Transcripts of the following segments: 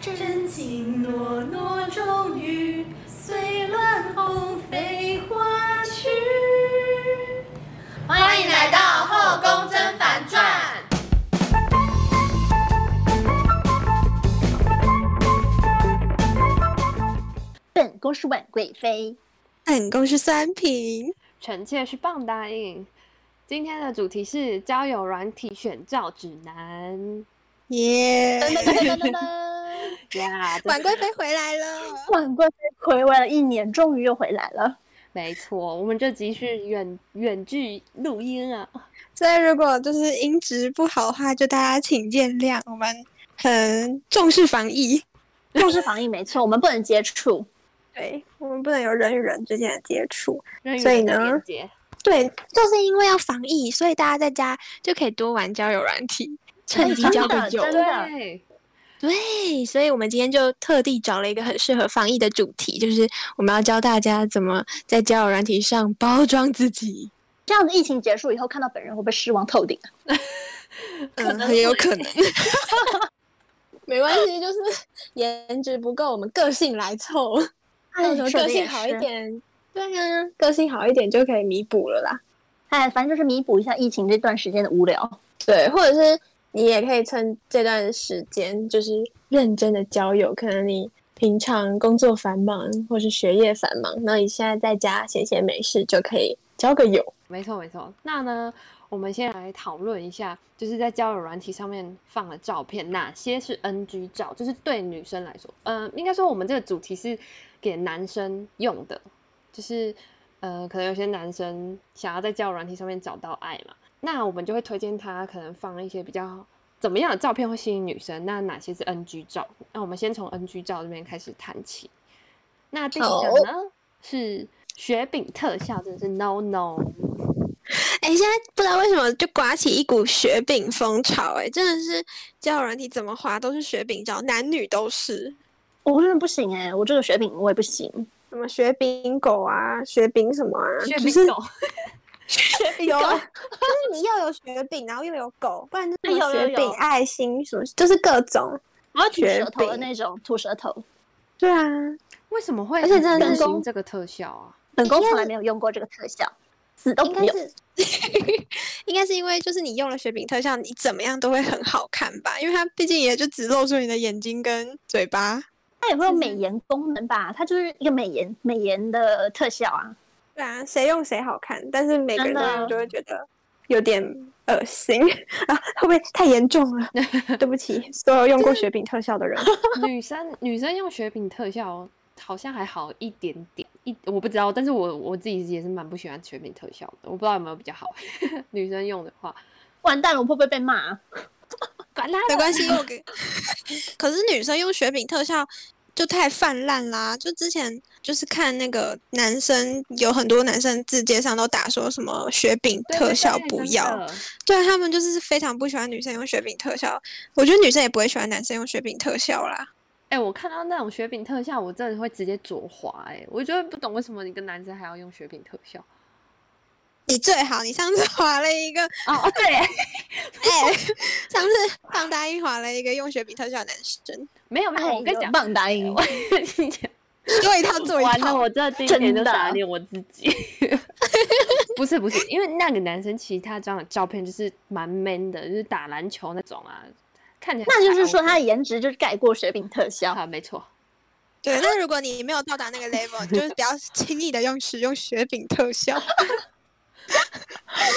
真情诺诺终于随乱红飞花去。欢迎来到《后宫甄嬛传》。本宫是万贵妃，本宫是三品，臣妾是棒答应。今天的主题是交友软体选照指 南。耶、噔噔噔噔噔噔呀、这晚贵妃回来 了，万贵妃回味了一年，终于又回来了。没错，我们这集是远远距录音啊。所以如果就是音质不好的话，就大家请见谅，我们很重视防疫，重视防疫没错，我们不能接触。对我们不能有人与人之间的接触。人与所以人的呢连接对，就是因为要防疫，所以大家在家就可以多玩交友软体，趁机真交的个友真。的对，对，所以我们今天就特地找了一个很适合防疫的主题，就是我们要教大家怎么在交友软体上包装自己。这样子疫情结束以后，看到本人会不会失望透顶啊？嗯，很有可 能。没关系，就是颜值不够，我们个性来凑。 哎什么说个得也性好一是点，对呀、个性好一点就可以弥补了啦。哎，反正就是弥补一下疫情这段时间的无聊。对，或者是你也可以趁这段时间，就是认真的交友。可能你平常工作繁忙，或是学业繁忙，那你现在在家闲闲没事就可以交个友。没错没错。那呢，我们先来讨论一下，就是在交友软体上面放的照片，哪些是 NG 照？就是对女生来说，呃，应该说我们这个主题是给男生用的，就是呃，可能有些男生想要在交友软体上面找到爱嘛，那我们就会推荐他可能放一些比较。怎么样的照片会吸引女生？那哪些是 NG 照？那我们先从 NG 照这边开始谈起。那第一个呢、是雪饼特效，真的是 no no。哎、现在不知道为什么就刮起一股雪饼风潮、哎，真的是交友软体怎么滑都是雪饼照，男女都是。我真的不行哎、我这个雪饼我也不行。什么雪饼狗啊，雪饼什么啊，雪就是饼 狗，雪饼狗，就是你又有雪饼，然后又有狗，不然就哎是有有雪有饼爱心什么，就是各种。我要吐雪舌头的饼那种，吐舌头。对啊，为什么会而且真的流是行公这个特效 啊？本宫从来没有用过这个特效，死都应不该用。是， 应该是因为就是你用了雪饼特效，你怎么样都会很好看吧？因为它毕竟也就只露出你的眼睛跟嘴巴。它也会有美颜功能吧？它就是一个美颜美颜的特效啊。对啊，谁用谁好看，但是每个人都用就会觉得有点恶心 啊，会不会太严重 了？对不起，所有用过雪饼特效的人。女生女生用雪饼特效好像还好一点点，一我不知道，但是我我自己也是蛮不喜欢雪饼特效的，我不知道有没有比较好。 女生用的话，完蛋了，我会不会被骂、 啊？管他 没的，关系，我 给。可是女生用雪饼特效就太泛滥啦。就之前就是看那个男生，有很多男生字界上都打说什么雪饼对特效不要，，对啊他们就是非常不喜欢女生用雪饼特效。我觉得女生也不会喜欢男生用雪饼特效啦。哎、我看到那种雪饼特效，我真的会直接左滑、哎，我就会不懂为什么你跟男生还要用雪饼特效。你最好，你上次划了一个，哦哦，对， 哎、上次放大一划了一个用雪饼特效的男生， 没有没有，哎哎我跟你讲，棒答应我跟 你讲，做一套做一完了，套。我这第一点就真的打脸我自己。 不是不是，因为那个男生其实他这张的照片就是蛮 man 的，就是打篮球那种啊，看起 来那就是说还它 OK 的颜值就是盖过雪饼特效。啊，没错，对，那如果你没有到达那个 level，你就是不要轻易的用使用雪饼特效。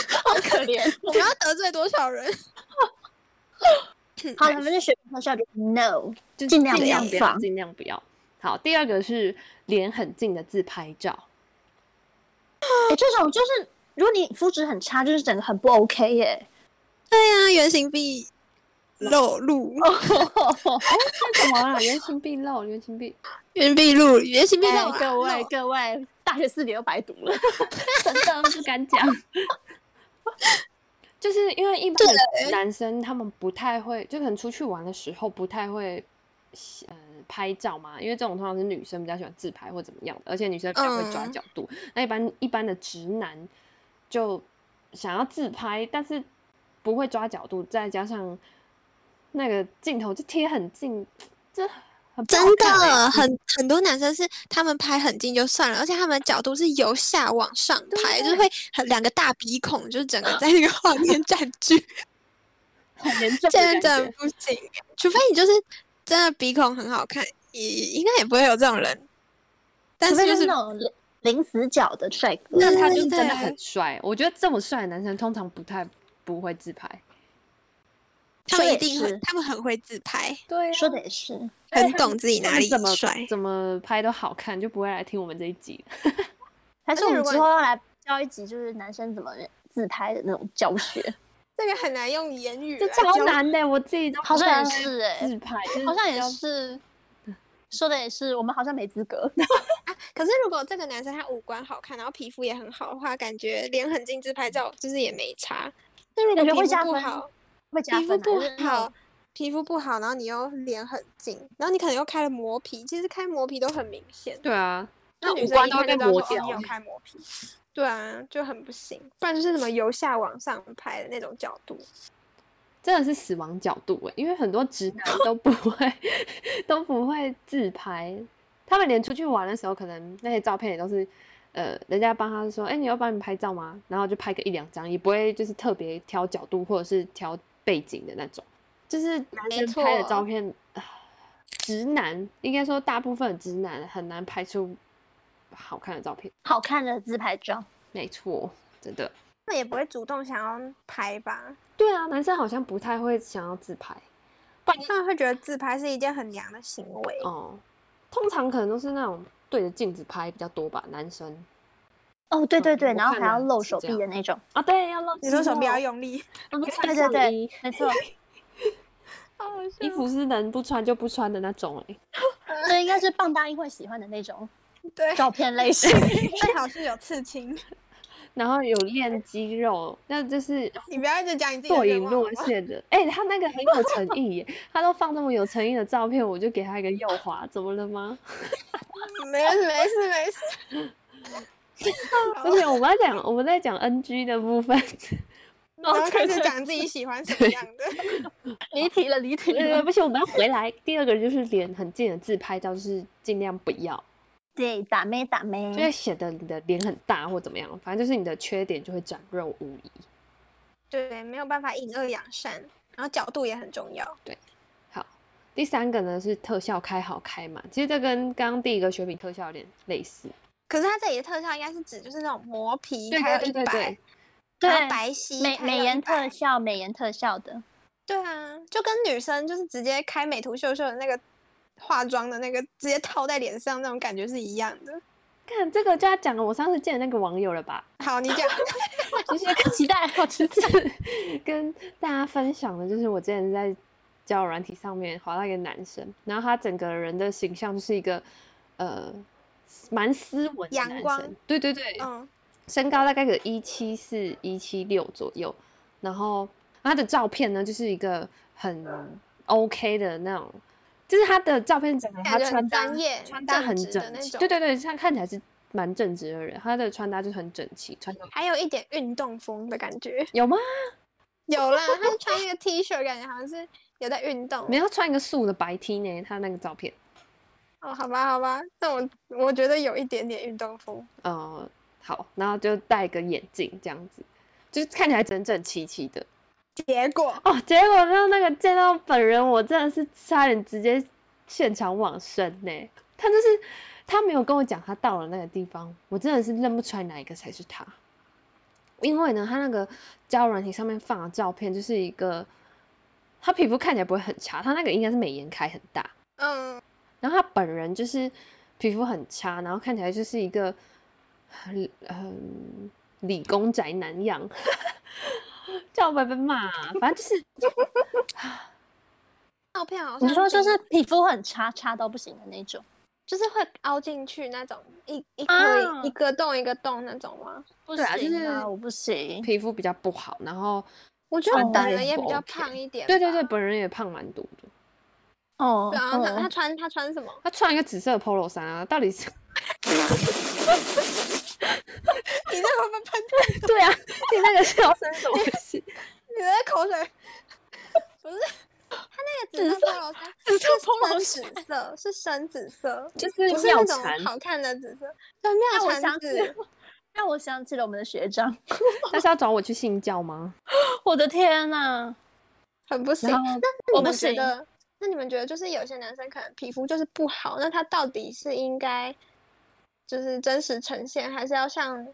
好可怜。我们要得罪多少人？ 好了，反正雪饼特效就 no。就尽量尽不要量不要，放尽量不要。好，第二个是脸很近的自拍 照，哎，这种就是如果你肤质很差，就是整个很不 OK 耶。 对呀、原形毕露露，那怎么啦？ 原形毕露，原形毕。原毕露，原形毕露、哎啊。各位露各位，大学四年又白读 了。真的不敢讲。就是因为一般的男生他们不太会，就可能出去玩的时候不太会，呃，拍照嘛，因为这种通常是女生比较喜欢自拍或怎么样的，而且女生比较会抓嗯角度。那一般一般的直男就想要自拍，但是不会抓角度，再加上那个镜头就贴很近，这很不好 真看欸的很很多男生是他们拍很近就算了，而且他们角度是由下往上拍，就是会很两个大鼻孔，就是整个在那个画面占据，很严重的这样感真的觉。不行。除非你就是真的鼻孔很好看，也应该也不会有这种人。但除是非就 就是是那种零零死角的帅哥，那他就对是真的很对帅，我觉得这么帅的男生通常不太不会自拍。他说们得一定是很，他们很会自拍，对啊说的也是，很懂自己他哪们里怎么帅。怎么拍都好看，就不会来听我们这一集。还是而且我们如果之后要来教一集，就是男生怎么自拍的那种教 学，这个很难用言语这超难的，我自己都好不像太也是会欸自拍，就是好像也要是。说的也是，我们好像没资 格。可是如果这个男生他五官好看，然后皮肤也很好的话，感觉脸很近，自拍照就是也没差。那如感果皮觉会加肤不分好，会加皮分肤啊，不就是那种好，皮肤不好，然后你又脸很近，然后你可能又开了磨皮，其实开磨皮都很明显。对啊，那那女五生官一都会看就被知道磨说哦掉你有欸。开磨皮。对啊，就很不行。不然就是什么由下往上拍的那种角度。真的是死亡角度哎，因为很多直男都不会 都不会自拍，他们连出去玩的时候，可能那些照片也都是，呃，人家帮他说，哎、你要帮你拍照吗？然后就拍个一两张，也不会就是特别挑角度或者是挑背景的那种，就是男没生拍的照错片，啊直男应该说大部分的直男很难拍出好看的照片，好看的自拍照，没错，真的。那也不会主动想要拍吧？对啊，男生好像不太会想要自拍。他们会觉得自拍是一件很娘的行为。哦，通常可能都是那种对着镜子拍比较多吧，男生哦，对对嗯对，我然后看还要了露是手这臂的样那种，啊，对，要露你说肌手比较肉，用 力，要不对穿对上对衣，没 错，哦，衣服是能不穿就不穿的那种哎、这应该是棒大英会喜欢的那 种对，照片类 型。 最好是有刺青。然后有练肌肉，那就是你不要一直讲你自己若的隐愿望若好吗现的。哎、他那个很有诚意耶，他都放这么有诚意的照片，我就给他一个右滑，怎么了吗？没事没事没 事。而且我们在讲我们在讲 NG 的部分， 然后开对始对讲自己喜欢什么样的。离题了，离题呃，了。不行，我们要回来。第二个就是脸很近的自拍照，就是尽量不要。对，打妹打嗯就会妹，显得你的脸很大或怎么样，反正就是你的缺点就会展露无遗。 对，没有办法引恶扬善，然后角度也很重要。好，第三个呢是特效开好开满，其实这跟刚刚第一个雪饼特效有点类似。可是它这里的特效应该是指就是那种磨皮对开对到一对对百，对然后白皙美开美到颜特100效，美颜特效的。对啊，就跟女生就是直接开美图秀秀的那个化妆的那个直接套在脸上那种感觉是一样的。看这个就要讲了，我上次见的那个网友了吧？ 好，你讲就是期待， 好期 待。就是跟大家分享的，就是我之前在交友软体上面滑到一个男生，然后他整个人的形象就是一个呃蛮斯文的阳男光生，对对对，嗯，身高大概有一七四、一七六左右，然后他的照片呢，就是一个很 OK 的那种，就是他的照片整个他感觉穿很搭专业、穿搭很正直的整那齐，种，对对对，他看起来是蛮正直的人，他的穿搭就是很整齐，穿搭还有一点运动风的感觉。有吗？有啦，他穿一个 T 恤，感觉好像是有在运动没。有他穿一个素的白 T 呢，他那个照片，哦，好吧，好吧，那我我觉得有一点点运动风。呃，好，然后就戴个眼镜这样子，就是看起来整整齐齐的。结果 哦，结果让那个见到本人，我真的是差点直接现场往生呢。他就是他没有跟我讲他到了那个地方，我真的是认不出来哪一个才是他。因为呢，他那个交友软体上面放的照片就是一个，他皮肤看起来不会很差，他那个应该是美颜开很大，嗯，然后他本人就是皮肤很差，然后看起来就是一个很很理工宅男样， 叫我被被骂，啊反正就是照片好像你说就顶是皮肤很差，差到不行的那种，就是会凹进去那种，一一颗、一个洞一个洞那种吗？不对啊就行是啊，我不行。皮肤比较不好，然后我觉穿得搭本也人也不比较 OK 胖一点。对对对，。本人也胖蛮多的。哦，对啊，他他嗯穿他穿什么？他穿一个紫色的 polo 衫啊，到 底是你那个喷喷，对啊，你那个笑声怎么回事？你的口水不是他那那个紫色菠萝山紫 色菠萝是深紫色，是深紫色，就是不是妙那种蝉，好看的紫色。对，让妙我想蝉起子，， 让我想起了我们的学长。他是要找我去信教吗？我的天呐，很不行。然后那我你不们觉行得，那你们觉得就是有些男生可能皮肤就是不好，那他到底是应该就是真实呈现，还是要像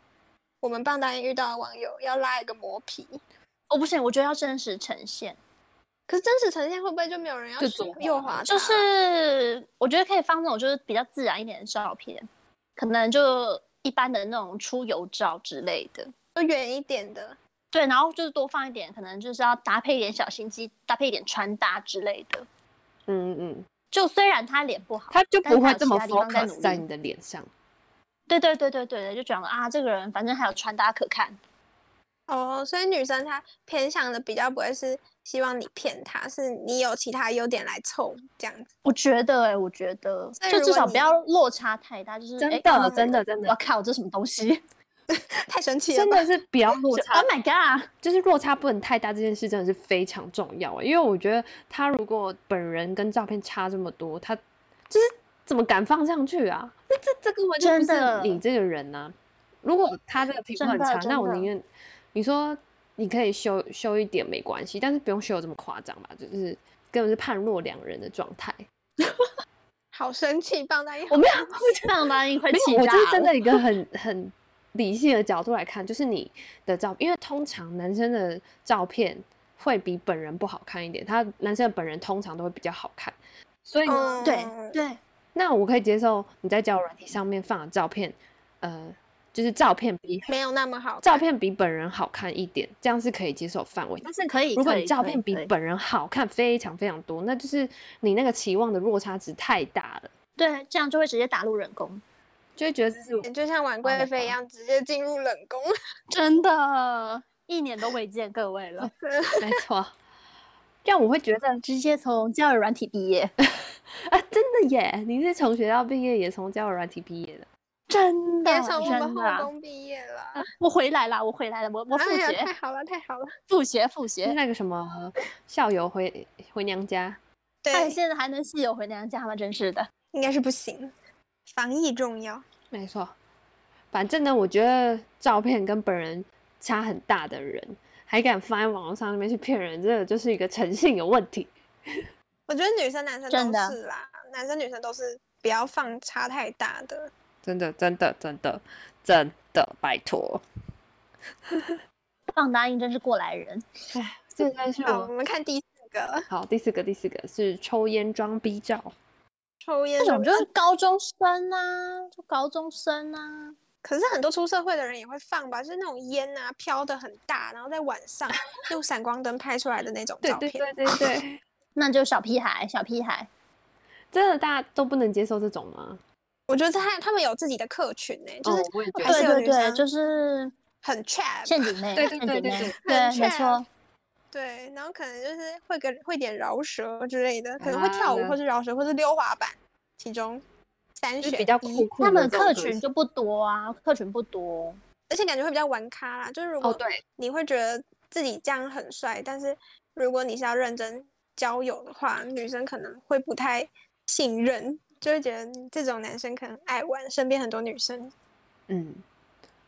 我们棒打音遇到的网友要拉一个磨皮？我不行，我觉得要真实呈现。可是真实呈现会不会就没有人要就去左滑右滑它？就是我觉得可以放那种就是比较自然一点的照片，可能就一般的那种出游照之类的。就远一点的，对，然后就是多放一点，可能就是要搭配一点小心机，搭配一点穿搭之类的。嗯嗯，就虽然他脸不好，他就但是不会还有这其么他地方在努 focus 在力你的脸上。对对对对对，就觉得啊，这个人反正还有穿搭可看。哦，所以女生她偏向的比较不会是希望你骗她，是你有其他优点来凑这样子。我觉得哎、我觉得所以就如至果少你不要落差太大，就是真诶的啊真的真的我靠，这什么东西太神奇了真吧，的是不要 落就差？Oh my god！就是落差不能太大，这件事真的是非常重要欸。因为我觉得他如果本人跟照片差这么多，他就是怎么敢放上去啊？这这这根本就不真的是你这个人呐、如果他这个皮肤真很的差，真那我的宁愿你说你可以修修一点没关系，但是不用修得这么夸张吧？就是根本是判若两人的状态。好生气，棒打音我没有，棒吧，你快没气有，我炸哦就是站了！在一个很很理性的角度来看，就是你的照，因为通常男生的照片会比本人不好看一点，他男生的本人通常都会比较好看，所以呢嗯，对对，那我可以接受你在交友软体上面放的照片，呃，就是照片比没有那么好照看片比本人好看一点，这样是可以接受范围。但是可以如果可你以照可以片比可以本人好看非常非常多，那就是你那个期望的落差值太大了，对，这样就会直接打入冷宫，就会觉得这是我就像婉的 贵妃一吧样，直接进入冷宫。真的，一年都未见各位了，没错。这样我会觉得直接从交友软体毕业，啊，真的耶！你是从学校毕业，也从交友软体毕业的，真的也从我真们的啊后，宫毕业了，我回来啦，我回来了，我我复 哎呀，学太好了，太 好了！复学复就是学，那个什么校友回回娘家。哎，对，现在还能戏友回娘家吗？真是的，应该是不行，防疫重要。没错，反正呢，我觉得照片跟本人差很大的人，还敢放在网络上面去骗人，这个就是一个诚信有问题。我觉得女生男生真的都是啦，男生女生都是不要放差太大的。真的，真的，真的，真的，拜托！棒答应真是过来人，这真是哦好，我我们看第四个，好第四个，第四个是抽烟装逼照。抽烟这什种么就是高中生啊，就高中生啊，可是很多出社会的人也会放吧，就是那种烟啊飘的很大，然后在晚 上用闪光灯拍出来的那种对照对片。对对对，那就小屁孩，小屁孩， 真的大家都不能接受这种吗？我觉得他他们有自己的客群呢、就是哦，我也觉还得是对有对女对，生就是很 trap，陷阱妹，对对陷阱对对妹，很对，没 trap 错，对，然后可能就是会跟会点饶舌之类的，可能会跳舞，啊或是饶舌，或是溜滑板，其中三就是选比较一酷酷他的们的这种客个群性就不多啊，客群不多，而且感觉会比较玩咖啦。就是如哦果对，你会觉得自己这样很帅，但是如果你是要认真交友的话，女生可能会不太信任，就会觉得你这种男生可能爱玩，身边很多女生。嗯，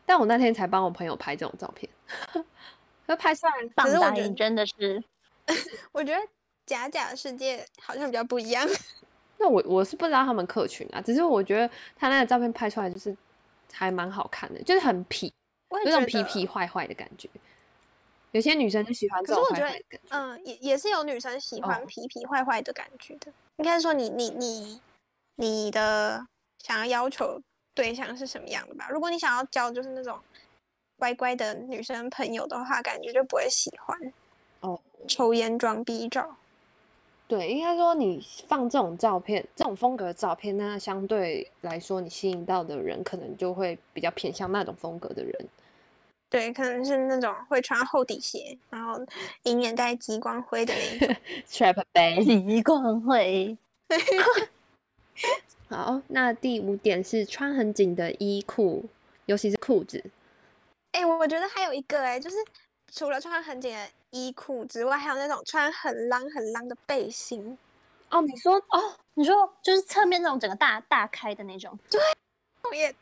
但我那天才帮我朋友拍这种照片， 可拍出来棒是我答觉应得真的是我觉得假假的世界好像比较不一样。 那我我是不知道他们客群啊，只是我觉得他那个照片拍出来就是还蛮好看的，就是很痞，我也有觉种得痞痞坏坏的感觉。有些女生就喜欢这可是种我坏觉坏得的感觉，嗯，也也是有女生喜欢哦痞痞坏坏的感觉的。应该说你你你你的想要要求对象是什么样的吧？如果你想要交就是那种乖乖的女生朋友的话，感觉就不会喜欢哦。抽烟装逼照。对，应该说你放这种照片、这种风格的照片，那相对来说你吸引到的人可能就会比较偏向那种风格的人。对，可能是那种会穿厚底鞋，然后银眼带极光灰的那一种。 Trap 呗。习惯会好，那第五点是穿很紧的衣裤，尤其是裤子。哎、我觉得还有一个哎、就是除了穿很紧的衣裤之外，还有那种穿很浪很浪的背心。哦，你说哦，你说就是侧面那种整个大大开的那种，我也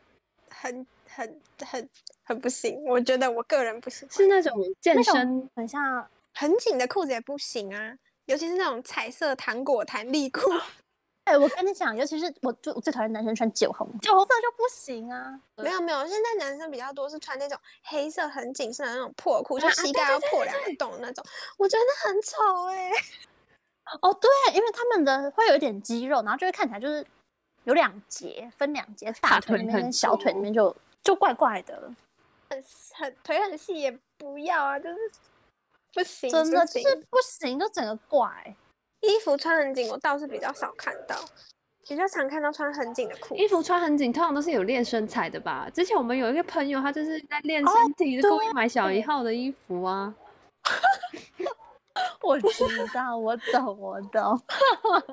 很很很很不行，我觉得我个人不行，是那种健那种身很像很紧的裤子也不行啊，尤其是那种彩色糖果弹力裤，哎、我跟你讲，尤其是我最我最讨厌男生穿酒红，酒红色就不行啊。 没有没有，现在男生比较多是穿那种黑色很紧身的那种破裤，就啊啊膝对盖要对对破对两个洞那种，我觉得那很丑哎、 哦，对，因为他们的会有一点肌肉，然后就会看起来就是有两节，分两节，大大腿腿里面很跟小腿里粗面就就怪怪的，很腿很细也不要啊，就是不行，真不的行是不行，就整个怪。衣服穿很紧，我倒是比较少看到，比较常看到穿很紧的裤衣子。服穿很紧，通常都是有练身材的吧？之前我们有一个朋友，他就是在练哦身体，就故意买小一号的衣服啊。 我知道，我懂，我懂，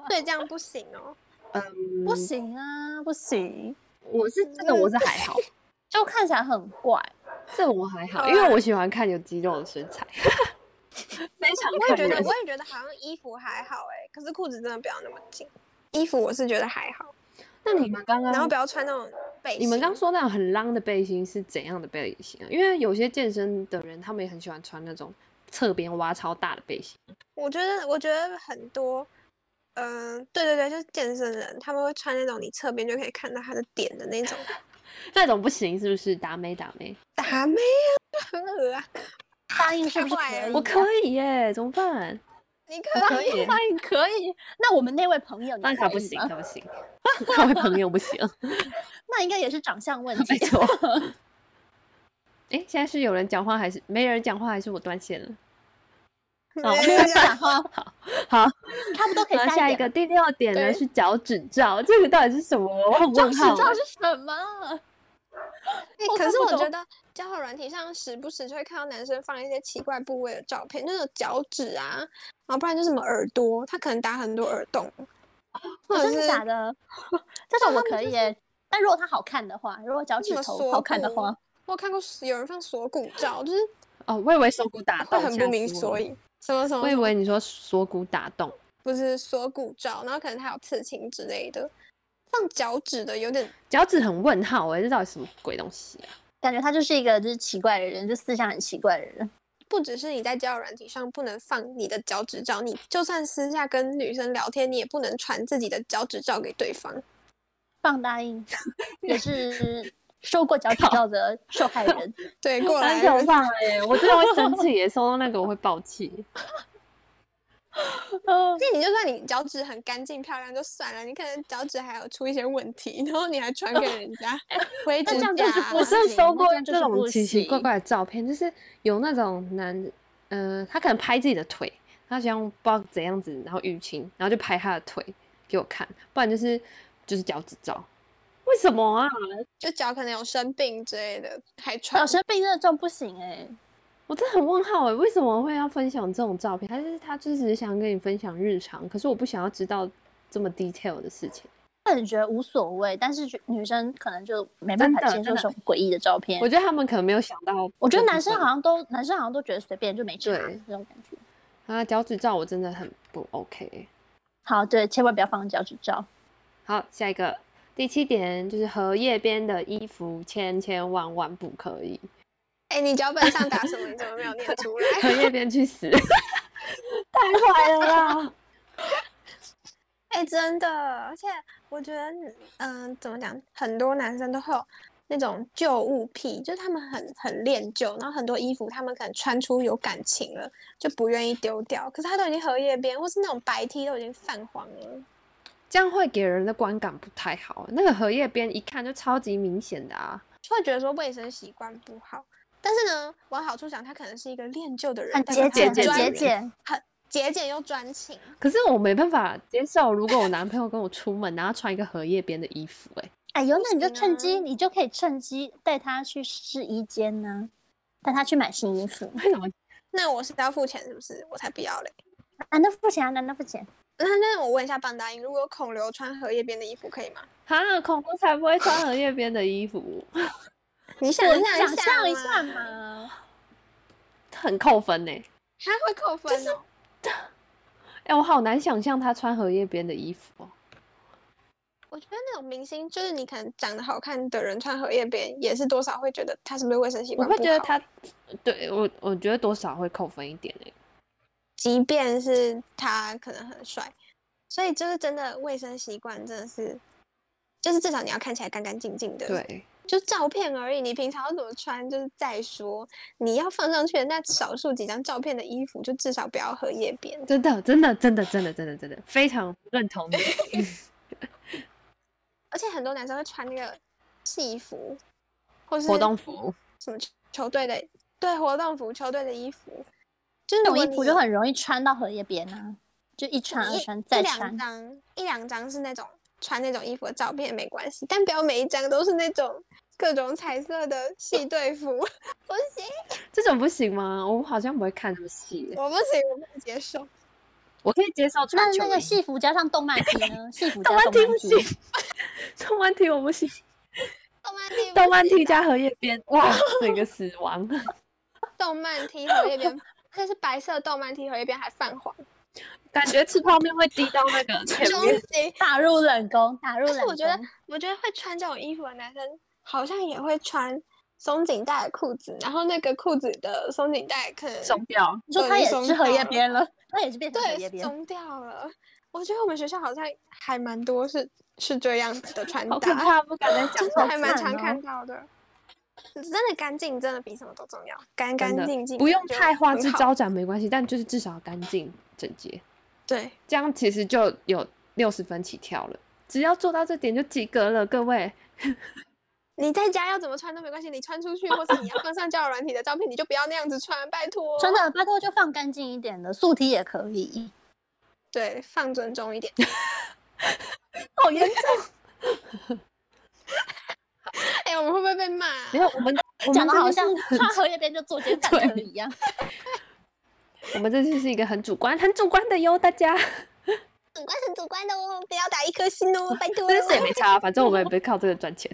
对，这样不行哦。嗯，不，行啊，不行，我是这个我是还好，就看起来很怪。这我还好，好因为啦我喜欢看有肌肉的身材， 非常我也看觉得，人。我也觉得好像衣服还好哎、可是裤子真的不要那么紧。衣服我是觉得还好，那你们刚然后嗯刚不要穿那种背心。你们刚说那种很浪的背心是怎样的背心啊？因为有些健身的人，他们也很喜欢穿那种侧边挖超大的背心。我觉得，我觉得很多，嗯、对对对，就是健身人他们会穿那种你侧边就可以看到他的点的那种那种不行，是不是？打妹打妹，打妹啊，很恶啊，答应是不是可以、啊太坏了我可以耶，怎么办？你我可可以，答应可以。那我们那位朋友，你那可他不以行，吗他不 行，他位朋友不 行，那应该也是长相问 没题。错。哎，现在是有人讲话还是没人讲话，还是我断线了？好，没 没有有讲话，好，他们都可以那塞下一点个第六点呢啊对是脚趾罩，这个到底是什么？我很张问时号。照是什么？哎、我可看是不我觉懂得交友软体上时不时就会看到男生放一些奇怪部位的照片，就是有脚趾啊，然后不然就是什么耳朵，他可能打很多耳洞，或我者真的是假的？ 这种我可以耶。但如果他好看的话，如果脚什趾么头锁好看的骨话，。我有看过有人放锁骨照，就是哦，我以为锁骨打会洞，很吓不死明我所了。以，什么什么我以什么为你说锁骨打洞，不是锁骨照，然后可能还有刺青之类的。放脚趾的有点，脚趾很问号哎、这到底什么鬼东西啊？感觉他就是一个就是奇怪的人，就思想很奇怪的人。不只是你在交友软体上不能放你的脚趾照，你就算私下跟女生聊天，你也不能传自己的脚趾照给对方。放大 印也是受过脚趾照的受害 人。对，过来很人可怕哎、我真的会生气耶， 收到那个我会爆气。嗯，因为你就算你脚趾很干净漂亮就算了，你可能脚趾还有出一些问题，然后你还传给人家灰 那指这样甲就是啊，不我是真的行收那过这样就这是种不奇奇怪行怪的照片，就是有那种男，呃，他可能拍自己的腿，他想不知道怎样子，然后淤青，然后就拍他的腿给我看，不然就是就是脚趾照。为什么啊？就脚可能有生病之类的，还传老。生病真的重不行哎、我真的很问号哎，为什么会要分享这种照片？还是他就只是想跟你分享日常，可是我不想要知道这么 detail 的事情。但你觉得无所谓，但是觉女生可能就没办真法的接受真这的种诡异的照片我。觉得他们可能没有想到，我觉得男生好像都男生好像都觉得随便就没差对这种感觉。啊，脚趾照我真的很不 OK。欸好，对，千万不要放脚趾照。好，下一个第七点就是荷叶边的衣服千千万万不可以，哎、你脚本上打什么？你怎么没有念出来？ 荷叶边去死， 太坏了啦！哎、真的，而且我觉得，嗯、怎么讲，很多男生都会有那种旧物癖，就是他们很很恋旧，然后很多衣服他们可能穿出有感情了，就不愿意丢掉。可是他都已经荷叶边，或是那种白 T 都已经泛黄了。这样会给人的观感不太好。那个荷叶边一看就超级明显的啊，就会觉得说卫生习惯不好。但是呢，往好处想，他可能是一个恋旧的人，很代节表俭，很他节专节人俭。很节俭又专情。可是我没办法接受，如果我男朋友跟我出门，然后穿一个荷叶边的衣服、欸， 哎呦，不那你就行趁啊机，你就可以趁机带他去试衣间呢、带他去买新衣服。为什么？那我是要付钱是不是？我才不要嘞。男的付钱啊，男的付钱。那那我问一下棒答应，如果有孔刘穿荷叶边的衣服可以吗？哈，恐龙才不会穿荷叶边的衣服， 你想我象想象一嘛下嘛。很扣分呢、欸他会扣分哦。哎、我好难想象他穿荷叶边的衣服哦。我觉得那种明星，就是你可能长得好看的人穿荷叶边，也是多少会觉得他是不是卫生习我惯不会好。觉得他，对我我觉得多少会扣分一点哎、即便是他可能很帅，所以就是真的卫生习惯真的是，就是至少你要看起来干干净净的。，对，就照片而已，你平常要怎么穿就是再说，你要放上去的那少数几张照片的衣服，就至少不要荷叶边。真的真的真的真的真的真的非常认同你。而且很多男生会穿那个戏服，或是活动服，什么球球队的，对，活动服、球队的衣服，就是这种如果衣服你就很容易穿到荷叶边啊，就一穿二一穿一再两穿。张，一两张是那种穿那种衣服的照片也没关系，但不要每一张都是那种各种彩色的系队服， 不行，这种不行吗？我好像不会看那么细欸，我不行，我不能接受。我可以接受那穿球那个衣，戏服加上动漫 T 呢？戏 服加动漫动 T 不漫 T，行，动漫 T 我不行，动漫 T，动漫 T 加荷叶边，哇，整个死亡。动漫 T 荷叶边，这是白色动漫 T 荷叶边还泛黄，感觉吃泡面会滴到那个前 终面。极。打入冷宫，打入 但冷是宫。我觉得，我觉得会穿这种衣服的男生，好像也会穿松紧带的裤子，然后那个裤子的松紧带可能松掉，你说他嗯也松是荷掉叶了边了，他也是变成荷叶对，边。松掉了。我觉得我们学校好像还蛮多是是这样子的穿好可搭，怕！不敢再讲真话的，还蛮惨常哦看到的。真的干净，真的比什么都重要，干真干的净净，不用太花枝招。招展没关系，但就是至少要干净整洁，对，这样其实就有六十分起跳了。只要做到这点就及格了，各位。你在家要怎么穿都没关系，你穿出去或是你要放上交友软体的照片，你就不要那样子穿，拜托。真的，拜托就放干净一点的，素 T 也可以。对，放尊重一点。好严重！哎、我们会不会被骂啊？没有，我们我讲的们这好就像是穿荷叶边就作奸犯科 对一样。我们这就是一个很主观、很主观的哟，大家。主观很主观的哦，不要打一颗星 哦，拜托。但是 也没差，啊反正我们也不是靠这个赚钱。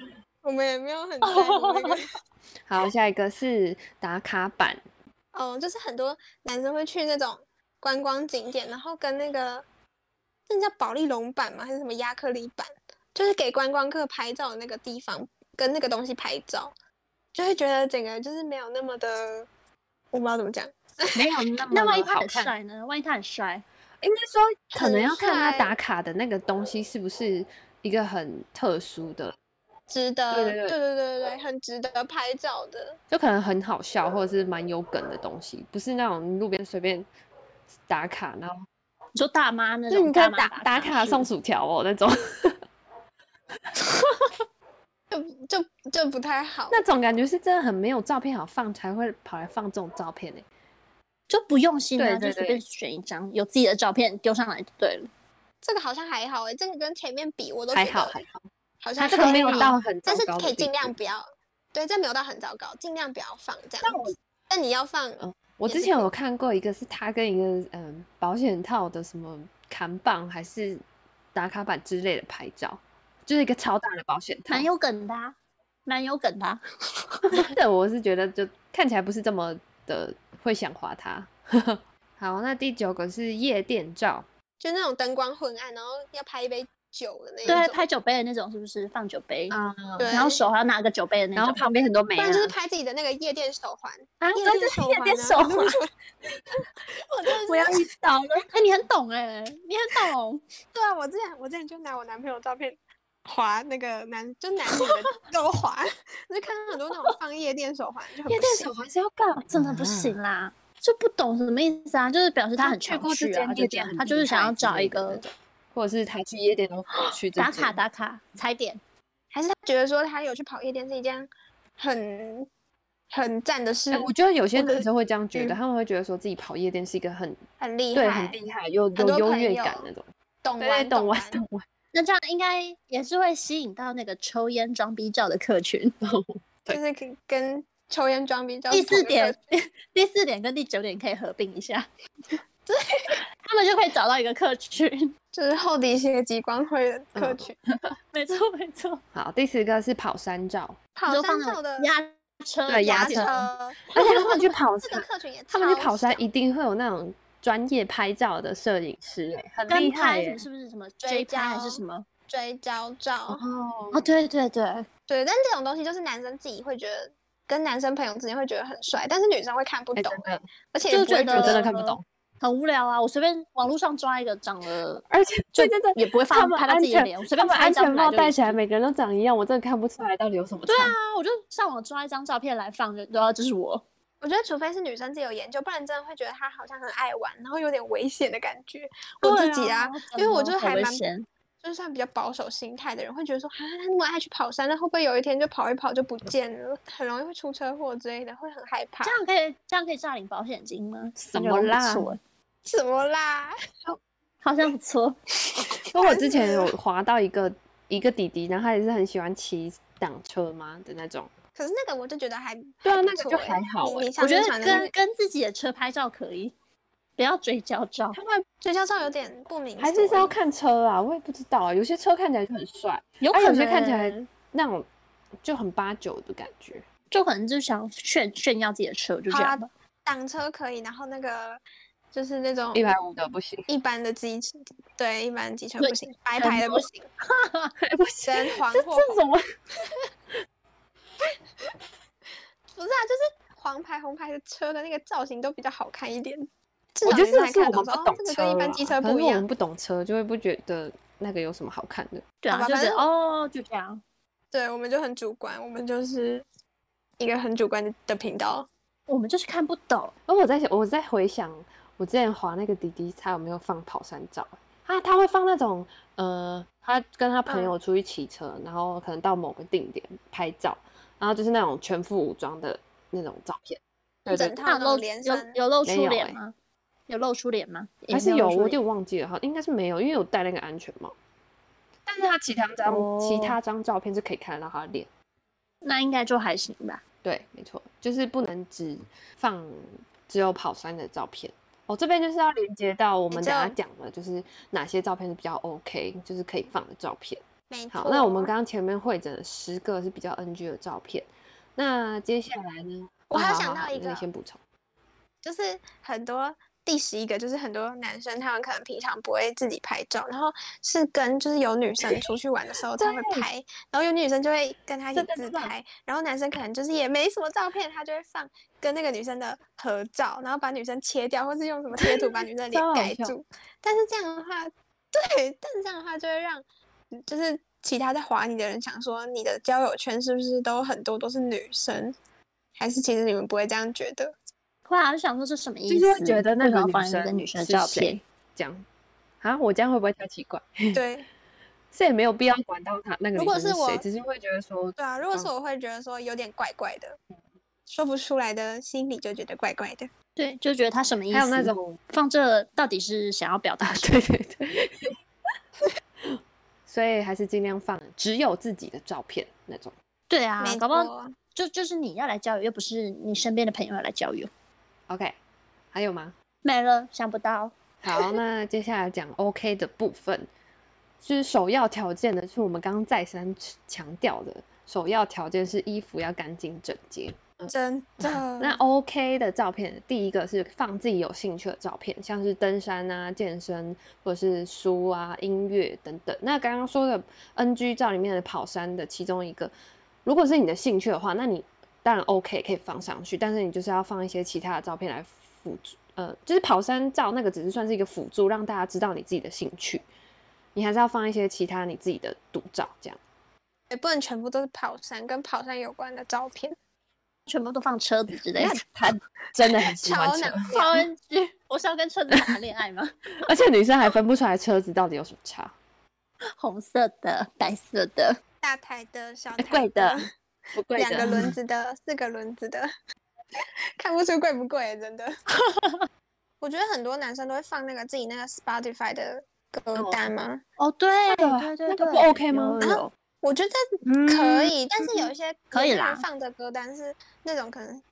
我们也没有很在乎那个，好，下一个是打卡版， 哦，就是很多男生会去那种观光景点，然后跟那个那叫保利龙板吗？还是什么亚克力板？就是给观光客拍照的那个地方，跟那个东西拍照，就会觉得整个就是没有那么的，我不知道怎么讲，没有那那万一他好很看。帅呢？万一他很帅，啊应该说，可很能要看他帅打卡的那个东西是不是一个很特殊的，值得，对对对对对对，很值得拍照的。就可能很好笑或者是蛮有梗的东西，不是那种路边随便打卡，然后你说大妈那就种你看大妈打打卡式送薯条哦那种， 就就就不太好，那种感觉是真的很没有照片好放，才会跑来放这种照片呢、欸就不用心对啊，就对随对便选一张有自己的照片丢上来就对了。这个好像还好哎、这个跟前面比我都还觉好得还好，好他像这个还没有好到很糟但是糕的可以地尽量步。不要，对，这没有到很糟糕，尽量不要放这样。但我但你要放，嗯我也之是前可以有看过一个是他跟一个嗯保险套的什么砍棒还是打卡板之类的拍照，就是一个超大的保险套蛮。有梗的、啊，蛮有梗的、啊。对， 我是觉得就看起来不是这么的会想滑它。 好，那第九个是夜店照，就那种灯光昏暗，然后要拍一杯酒的那一对，种，拍酒杯的那种是不是？放酒杯，嗯，对，然后手还要拿个酒杯的那然种。后旁边很多不美啊，然就是拍自己的那个夜店手环，啊，夜对，店就是手夜环店啊手环，我真的我是要晕倒了！ 哎、你很懂哎、你很 懂。对啊，我之前我之前就拿我男朋友照片划那个男，就男女 的都划，我就看到很多那种放夜店手环，就很夜不店行手环是要干嘛？真的不行啦，就不懂什么意思啊，就是表示啊他很去常过这去间啊，夜就这店样很，他就厉是想害要之找类一的那个种或者是他去夜店哦都去这打间卡打卡踩点，还是他觉得说他有去跑夜店是一件很很赞的事哎，，我觉得有些或者男生会这样觉得，嗯他们会觉得说自己跑夜店是一个很很厉害，对很厉害又很有多优朋越友感那种，懂对对，玩懂懂玩玩。懂玩，那这样应该也是会吸引到那个抽烟装逼照的客群。对就是跟跟抽烟装逼照第是同四一个点，第四点跟第九点可以合并一下， 他们就可以找到一个客群。就是厚底鞋极光会的客嗯群，没错没错，好，第十个是跑山照，跑就山放那照种的压车对压压车车，而且他 们去跑这个山，客群也他们去超跑山小一定会有那种专业拍照的摄影师、哎，很跟厉害拍什耶么。是不是什么追追拍还是焦什么？追焦照，哦哦，对对对，对，但这种东西就是男生自己会觉得，跟男生朋友之间会觉得很帅，但是女生会看不哎懂真欸、的而且也就不会觉我得真的看不懂，很无聊啊！我随便网络上抓一个长得而且就对对对，也不会他放们拍到安自己的全脸，我随他便们拍安一张全出来帽就戴起来，每个人都长一样，我真的看不出来到底有什么对差。啊，我就上网抓一张照片来放，就然后这是我。我觉得除非是女生自己有研究，不然真的会觉得她好像很爱玩，然后有点危险的感觉。我自己啊，因为我就是还蛮就是算比较保守心态的人，会觉得说啊，他那么爱去跑山，那会不会有一天就跑一跑就不见了，很容易会出车祸之类的，会很害怕这。样可以这样可以诈领保险金吗？什感觉么好像不啦错欸什么啦？好像不 错，因为我烦之前死有了滑到一个一个弟弟，然后他也是很喜欢骑挡车嘛的那种，可是那个我就觉得还对还啊不那个就错欸还好你欸你我上觉面得传的那跟个跟自己的车拍照可以，不要追焦 照。追焦照有点不欸明所以，还是是要看车啊，我也不知道啊，有些车看起来就很帅，有啊可有些能看起来那种就很八九的感觉。就可能就想炫炫耀自己的车，就这好啦样吧。挡车可以，然后那个就是那种一百五的 不行，一般的机车，对，一般的机车对不行，白很牌的不多行，不行， 跟黄这或这种不是啊，就是黄牌、红牌的车的那个造型都比较好看一点。至我少觉女得生这还看是我得们懂说，哦，不懂这个跟一般啦机车可能不是一我样们。不懂车，就会不觉得那个有什么好看的。对好啊，吧就反觉得正哦，就这样。对，我们就很主观，我们就是一个很主观的的频道。我们就是看不懂，而我在想，我在回想我之前滑那个滴滴，他有没有放跑山照、欸？他他会放那种呃，他跟他朋嗯友出去骑车，然后可能到某个定点拍照，然后就是那种全副武装的那种照片。对对整套那有那种露连有身，有露没出有欸脸吗？有露出脸吗？也还是没有，露出我有脸点忘记了，好，应该是没有，因为有戴那个安全帽。但是他其他张、其哦他张照片是可以看得到他的脸，那应该就还行吧。对，没错，就是不能只放只有跑山的照片。哦，这边就是要连接到我没们等下错讲的，就是哪些照片是比较 OK，就是可以放的照片。没错。好，那我们刚刚前面会诊了十个是比较 NG 的照片，那接下来呢？我哦还有好想好到好一那你个先补充。就是很多第十一个就是很多男生他们可能平常不会自己拍照，然后是跟就是有女生出去玩的时候才会拍，然后有女生就会跟他一起真的自真的拍，然后男生可能就是也没什么照片，他就会放跟那个女生的合照，然后把女生切掉，或是用什么贴图把 女生的超好脸盖笑住。但是这样的话，对，但是这样的话就会让就是其他在划你的人想说你的交友圈是不是都很多都是女生，还是其实你们不会这样觉得？后啊来我就想说这什么意就思？是会觉得那为什个么要女放一个生女生的是照谁片，这样啊，我这样会不会太奇怪？对这也没有必要管到他那个如女果生是谁，我只是会觉得说，对啊，如果是嗯我会觉得说有点怪怪的，说不出来的心里就觉得怪怪的。对，就觉得他什么意思？还有那种放这到底是想要表 达什么？对对对， 所以还是尽量放只有自己的照片那种。 对啊没，搞不好错，就就是你要来交友，又不是你身边的朋友要来交友。 OK，还有吗？没了，想不到。好，那接下来讲 OK 的部分，就是首要条件呢，是我们刚刚再三强调的，首要条件是衣服要干净整洁。真嗯的。那 OK 的照片，第一个是放自己有兴趣的照片，像是登山啊、健身，或者是书啊、音乐等等。那刚刚说的 NG 照里面的跑山的其中一个，如果是你的兴趣的话，那你当然 OK 可以放上去，但是你就是要放一些其他的照片来辅助，呃，就是跑山照那个只是算是一个辅助，让大家知道你自己的兴趣。你还是要放一些其他你自己的独照，这样。也不能全部都是跑山跟跑山有关的照片，全部都放车子之类 的，他真的很喜欢超 车难，超 NG！我是要跟车子谈恋爱吗？ 而且女生还分不出来车子到底有什么差。红色的、白色的，大台的、小哎台贵的不贵两的个 轮子的、四个轮子的， 看不出贵不贵，真 的。我觉得很多男生都会放那个自己那个 Spotify 的歌单嘛，哦，对个对那对个对，不 OK 吗啊有有我觉得嗯可以，但是有一些可有以些人啦放的歌单是那种可能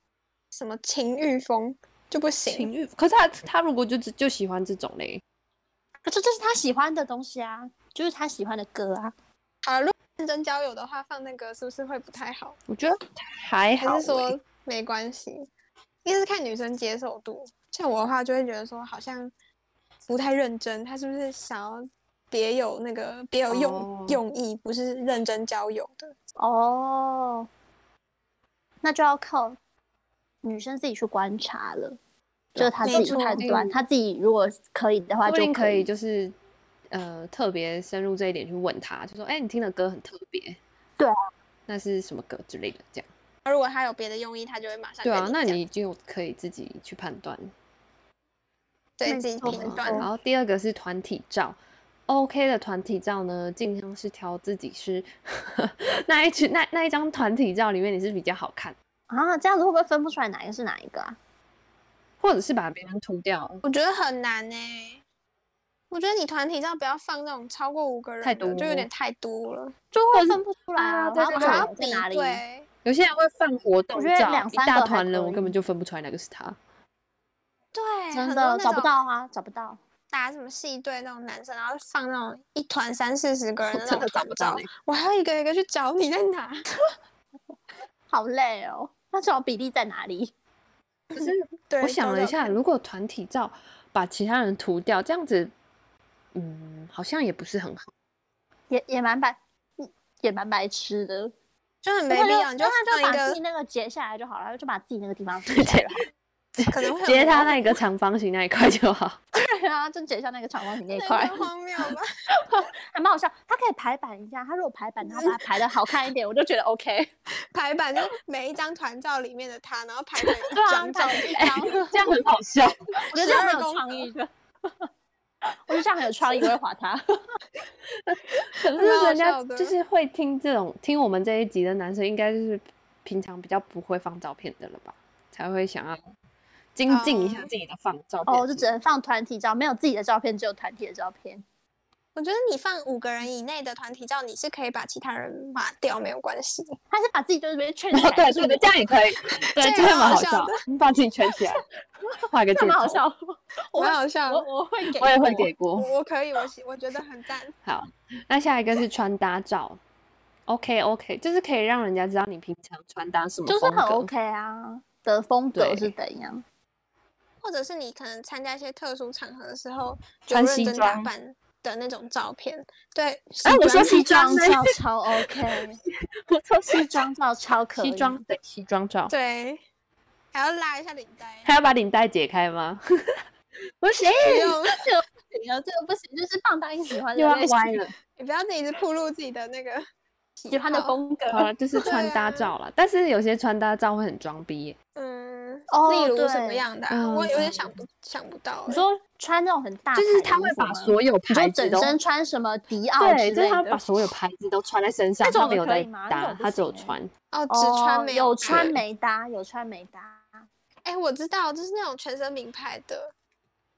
什么情欲风就不行，情欲，可是他他如果就只就喜欢这种嘞，可是这是他喜欢的东西啊，就是他喜欢的歌啊。好，如果认真交友的话，放那个是不是会不太好？我觉得还好欸，还是说没关系？一是看女生接受度，像我的话就会觉得说好像不太认真，他是不是想要别有那个别有用、哦用意，不是认真交友的？哦，那就要靠女生自己去观察了，就是她没自己错判断，她自己如果可以的话说不就定可以以。就是呃特别深入这一点去问他，就说哎、你听的歌很特别，对啊，那是什么歌之类的这样。而如果他有别的用意，他就会马上对啊，跟那讲你就可以自己去判断。嗯对没自己错评没断错然后第二个是团体照，OK 的团体照呢，尽量是挑自己是 那一群那那一张团体照里面你是比较好看，啊，这样子会不会分不出来哪一个是哪一个啊？或者是把别人涂掉，我觉得很难呢、我觉得你团体照不要放那种超过五个人太的就多有点太多了，就会分不出来啊啊，我对要对把对它好在哪里？对，有些人会放活动觉得照两，一三大个还团人，我可根本以就分不出来哪个是他。对，真的很多那找不种到啊，找不到。打什么戏队那种男生，然后放那种一团三四十个人我的那真种的找团不到照欸，我还要一个一个去找你在哪。 好累哦。那这种比例在哪里？对，我想找了一找下，看如果团体照把其他人涂掉，这样子，嗯，好像也不是很好。也也蛮白，嗯也蛮白痴的。就很不没过必就要，你那他就放一把自己个那个截下来就好了，就把自己那个地方截下来就好。可能会截很他荒那个长方形那一块就好。 对啊，就截下那个长方形那一 那块太，荒谬吧？还蛮好笑。他可以排版一下，他如果排版，他把它排的好看一点，我就觉得 OK。 排版就是每一张团照里面的他，然后排成一对啊张照排片，哎、这样很好笑。我觉得这样12很有宫创意的。我觉得这样很有创意，我会划他。可蛮是好人家笑的就是会听这种听我们这一集的男生，应该就是平常比较不会放照片的了吧，才会想要精进一下哦自己的放照 片。啊哦，就只能放团体照，没有自己的照片，只有团体的照片。我觉得你放五个人以内的团体照，你是可以把其他人抹掉，没有关系。他是把自己就是被圈起哦，来，对就对是对，这样也可以，对，这这个样蛮好好笑笑的。你把自己圈起来，画一个这箭蛮头好，笑。我蛮会好笑的我我会给，我也会给过。我我可以，我喜我觉得很赞。好，那下一个是穿搭照。OK OK，就是可以让人家知道你平常穿搭什么就是风很 格。 OK 啊的风格对是怎样？或者是你可能参加一些特殊场合的时候，就穿认西真打装扮的那种照片。对，哎西我说装西装呢照超 OK，我说西装照超可以。西装对西装照，对，还要拉一下领带，还要把领带解开吗？不行，不用，这个不行啊，这个不行，就是棒答应喜欢的又要类型歪了。你不要自己是暴露自己的那个喜喜欢的好。风格。好了，呃就是穿搭对啊照了，但是有些穿搭照会很装逼耶。嗯，哦例如什么对样的啊、我有点嗯想不想不到、你欸。说穿那种很大牌就的衣服是吗，他会把所有你说牌子整都身穿什么迪奥之类的，对，就是他把所有牌子都穿在身上，那种他没有可在以吗那搭种，不他只有行欸穿。哦，只哦穿没有搭穿。没搭，有穿没搭。哎、我知道，就是那种全身名牌的，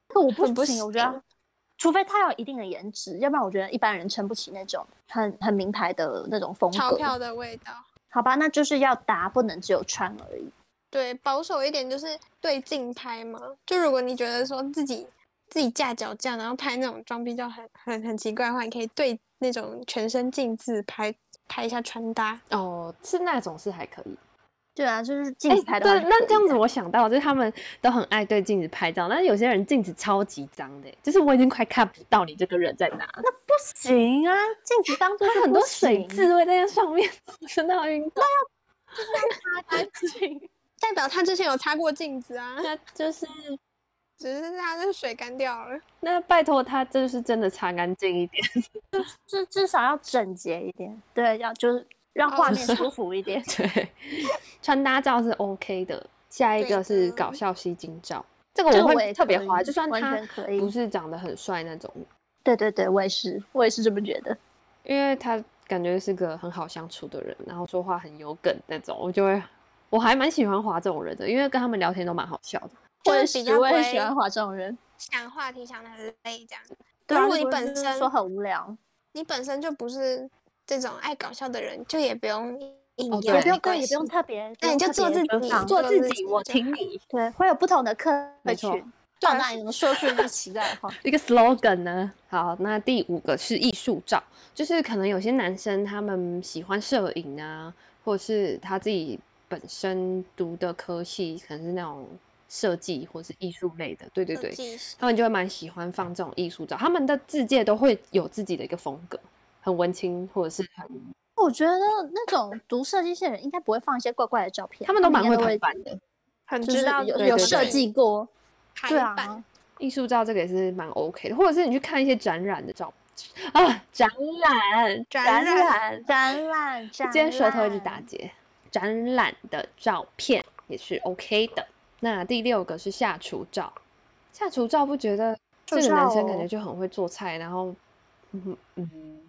这个我不很不行，我觉得行，除非他有一定的颜值，要不然我觉得一般人撑不起那种很很名牌的那种风钞格。票的味道。好吧，那就是要搭，不能只有穿而已。对，保守一点就是对竞拍嘛。就如果你觉得说自己自己架脚架，然后拍那种装逼照很很很奇怪的话，你可以对那种全身镜自拍拍一下穿搭。哦，是那种是还可以。对啊，就是镜哎，子拍的话对，就可那以这样子了我想到，就是他们都很爱对镜子拍照，但是有些人镜子超级脏的耶，就是我已经快看不到你这个人在哪，不行啊， 镜子当做他很多水渍会在那上面， 我真的好晕倒。擦干净。代表他之前有擦过镜子啊，那就是只是他的水干掉了。 那拜托他，就是真的擦干净一点， 至至少要整洁一点，对，要就是让画面哦舒服一点。对，穿搭照是 OK 的。下一对个是的搞笑吸睛照，这个这个我我也会特别可以花，就算完他全可以不是长得很帅那种，对对对，我也是，我也是这么觉得。因为他感觉是个很好相处的人，然后说话很有梗那种，我就会我还蛮喜欢滑这种人的，因为跟他们聊天都蛮好笑的。就我也是比是，较我也不喜欢会画这种人。想话题想的很累这样。对啊，如果你就本是身说很无聊，你本身就不是这种爱搞笑的人，就也不用引哦诱，对也不用没关对，也不用系特别，那你不用就特做别自奔己放做做自自己己，我就挺你。对，会有不同的客没错群，放大你怎么说出一句奇怪的话？一个 slogan 呢？好，那第五个是艺术照，就是可能有些男生他们喜欢摄影啊，或者是他自己本身读的科系可能是那种设计或是艺术类的，对对对，计师他们就会蛮喜欢放这种艺术照，他们的字界都会有自己的一个风格，很文青或者是很，我觉得那种读设计系的人应该不会放一些怪怪的照片，他们都蛮应会该排会，版的。很就知是道有对有对设对计过，排对啊，版，艺术照这个也是蛮 OK 的，或者是你去看一些展览的照啊，展览，展展览览，展览展今天舌头一直览打结。展览的照片也是 OK 的。那第六个是下厨照，下厨照不觉得这个男生感觉就很会做菜，然后嗯嗯，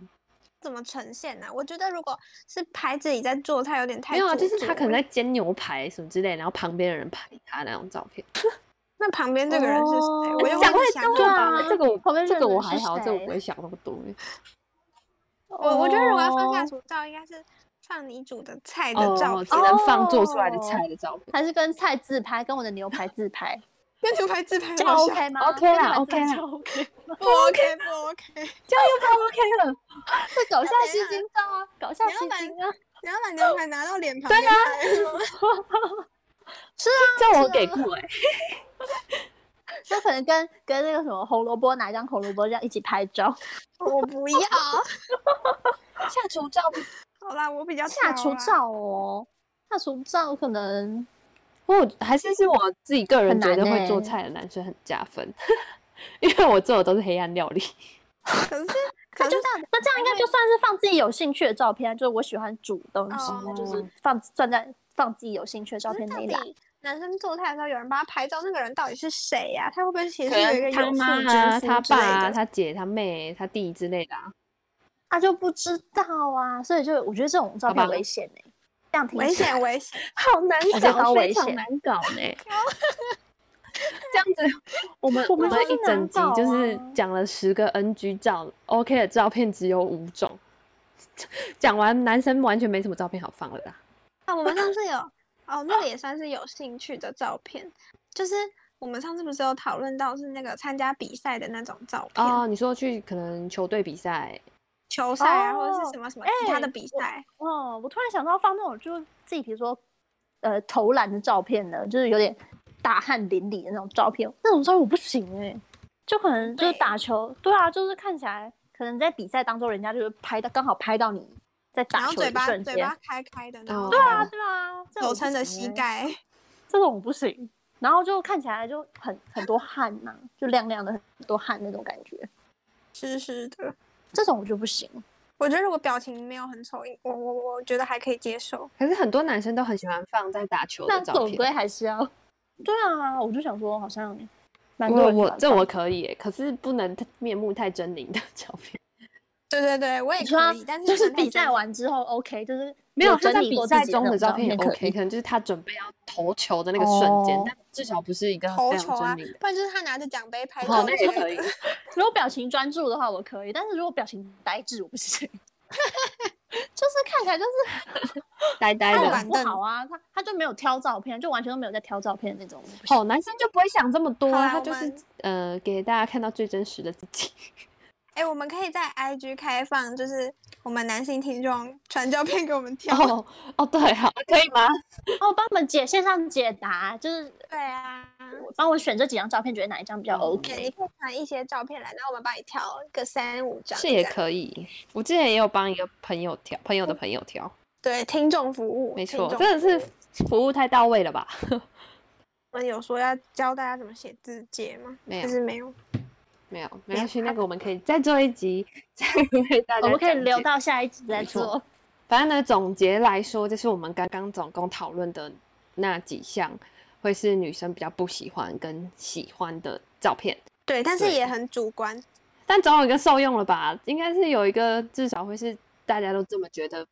怎么呈现啊呢、我觉得如果是拍自己在做菜，有点太没有啊，做就是他作可能了在煎牛排什么之类，然后旁边的人拍他那种照片。那旁边这个人是谁？哦我就讲会太想多到了啊吧？这个旁边我这的个我人是还好，这个我不谁会想那么多。我我觉得如果要放下哦厨照，应该是放你煮的菜的照哦，片，只能放做出来的哦菜的照片。还是跟菜自拍，跟我的牛排自拍，跟牛排自拍这样好像 OK 吗 OK 跟啦牛排自 OK 拍啦这样 OK，不 OK 不 OK？这样又不 OK 了。这 搞笑等一吸下睛照啊，搞笑你要吸把睛啊，你要把牛排拿到脸旁边啊拍，是啊，这我给过哎、这可能跟跟那个什么红萝卜拿一张红萝卜这样一起拍照， 我不要。下厨照不 好啦，我比较下挑厨啦，照哦，下厨照可能我还是是我自己个人很觉得难会做欸菜的男生很加分，因为我做的都是黑暗料理。可是可那就是这样，那这样应该就算是放自己有兴趣的照片啊，就是我喜欢煮东西，那就是哦放算在放自己有兴趣的照可是片到那一栏。底男生做菜的时候有人帮他拍照，那个人到底是谁呀？他会不会其实可是有一个能他有妇妈之啊、夫他之爸类啊、的？他姐、他妹、他弟之类的、啊，他就不知道啊，所以就我觉得这种照好片吧危险呢、这样挺危险危险！好难我觉得搞，超非危常险难搞呢、这样子，我们我我们们就是一整难集就搞是啊讲了十个 NG 照，OK 的照片只有五种。讲完男生完全没什么照片好放了啦。啊，我们上次有哦，那个也算是有兴趣的照片，就是我们上次不是有讨论到是那个参加比赛的那种照片，哦，你说去可能球队比赛，球赛啊、或者哦是什么什么其他的哎比我赛，哦，我突然想到放那种就是自己比如说呃投篮的照片呢，就是有点大汗淋漓的那种照片，那种照片我不行哎、就可能就是对打球，对啊，就是看起来可能在比赛当中人家就是拍到刚好拍到你在然打后球的嘴一巴瞬嘴间巴，开开的，然哦后对啊对啊，这种手我不撑着行膝欸盖，这种不行。然后就看起来就很很多汗呐、就亮亮的很多汗那种感觉，湿湿的。这种我就不行。我觉得如果表情没有很丑，我我我觉得还可以接受。可是很多男生都很喜欢放在打球但的照总片。归还是要， 对啊，我就想说好像蛮多我人我喜欢这我可以耶，可是不能太面目太狰狞的 照片。对对对，我也你说他可以，但是就不是能太比赛真完之后 OK，就是没有，他整在理比过自赛己中那的种照片也可 OK，以可能就是他准备要投球的那个瞬间，哦但至少不是一个投非球常啊狰狞的。，不然就是他拿着奖杯拍好，照那之也类可的以。 如果表情专注的话，我可以；但是如果表情呆滞，我不行。 就是看起来就是呆呆他太的晚。很不好啊，他他就没有挑照片，就完全都没有在挑照片的那种。我不行哦，男生就不会想这么多，啊好啦他我就是们呃，给大家看到最真实的自 己。哎、我们可以在 IG 开放，就是我们男性听众传照片给我们挑。哦哦，对，好，可以吗？哦，帮我们解线上解答，就是对啊，我帮我选这几张照片，觉得哪一张比较哦 OK？、对，你可以传一些照片来，然后我们帮你挑个三五张。是也。可以。我之前也有帮一个朋友挑，朋友的朋友挑，对，听众服务。没听错，众真的服务是服务太到位了吧？我们有说要教大家怎么写字节吗？没还有是没有？没有，没没有关系，那个我们可以再做一集，再为大家我们可以讲留解到下一集再没错做。反正呢，总结来说，就是我们刚刚总共讨论的那几项，会是女生比较不喜欢跟喜欢的照片。对，但是对也很主观。但总有一个受用了吧？应该是有一个，至少会是大家都这么觉得。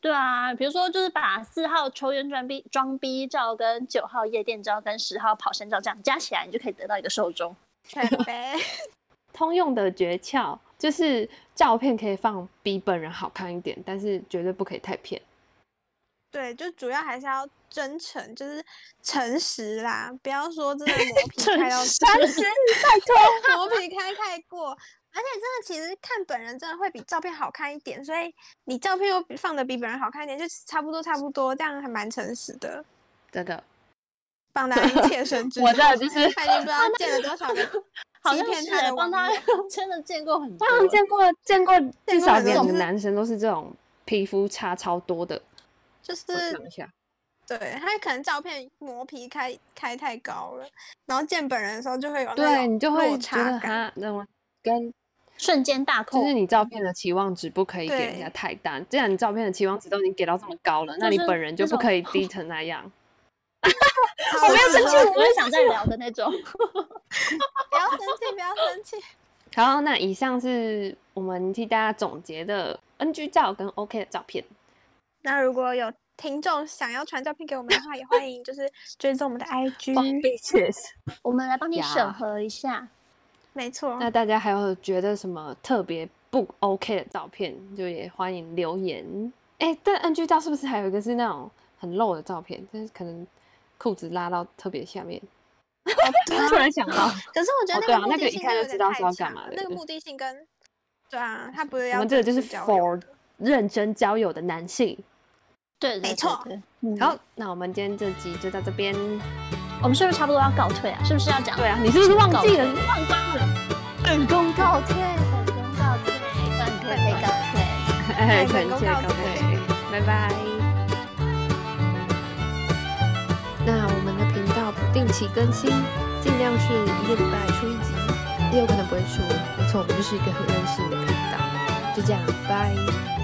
对啊，比如说就是把四号球员装逼装逼照跟九号夜店照跟十号跑山照这样加起来，你就可以得到一个受众。 全呗，通用的诀窍就是，照片可以放比本人好看一点，但是绝对不可以太骗。对，就主要还是要真诚，就是诚实啦，不要说真的磨皮诚开到实三十太多， 磨皮开太过。而且真的，其实看本人真的会比照片好看一点，所以你照片又比放的比本人好看一点，就差不多差不多，这样还蛮诚实的，真的，帮大家切身之我痛真的就是他已经不知道见了多少个好欺像骗是他欸的帮网他友 真的见过很多我，好像见过见过至过少很多两就个是男生都是这种皮肤差超多的。就我是想一下，对他可能照片磨皮开开太高了，然后见本人的时候就会有那对种你就落会觉差得感，他那种跟瞬间大扣就，是你照片的期望值不可以给人家对太大，既然你照片的期望值都已经给到这么高了，那就你是本人就那不种可以低成那样。我不要生气，我不会想再聊的那 种。不要生气，不要生气。好，那以上是我们替大家总结的 NG 照跟 OK 的照片。那如果有听众想要传照片给我们的话，也欢迎就是追踪我们的 IG， Bitches。我们来帮你审呀核一下，没错， 那大家还有觉得什么特别不 OK 的照片，就也欢迎留言。哎、但 NG 照是不是还有一个是那种很露的照片，就是可能裤子拉到特别下面？ 突然想到，可是我觉哦得那对啊个目那个的一性看真的有就知点道太是要干强嘛了的那个对目的性跟对啊，他不是我要们这个就真是实交友 for 的认真交友的男性。对，对没错。对对嗯好，那我们今天这集就到这边。我们是不是差不多要告退啊？是不是要讲？对啊，你是不是忘告记退了？忘光了。 本宫告退，本宫告退，本宫被告退。哎，对 感谢本各宫位告退，拜拜。那我们的频道不定期更新，尽量是一个礼拜出一集，也有可能不会出。没错，我们就是一个很任性的频道。就这样，拜。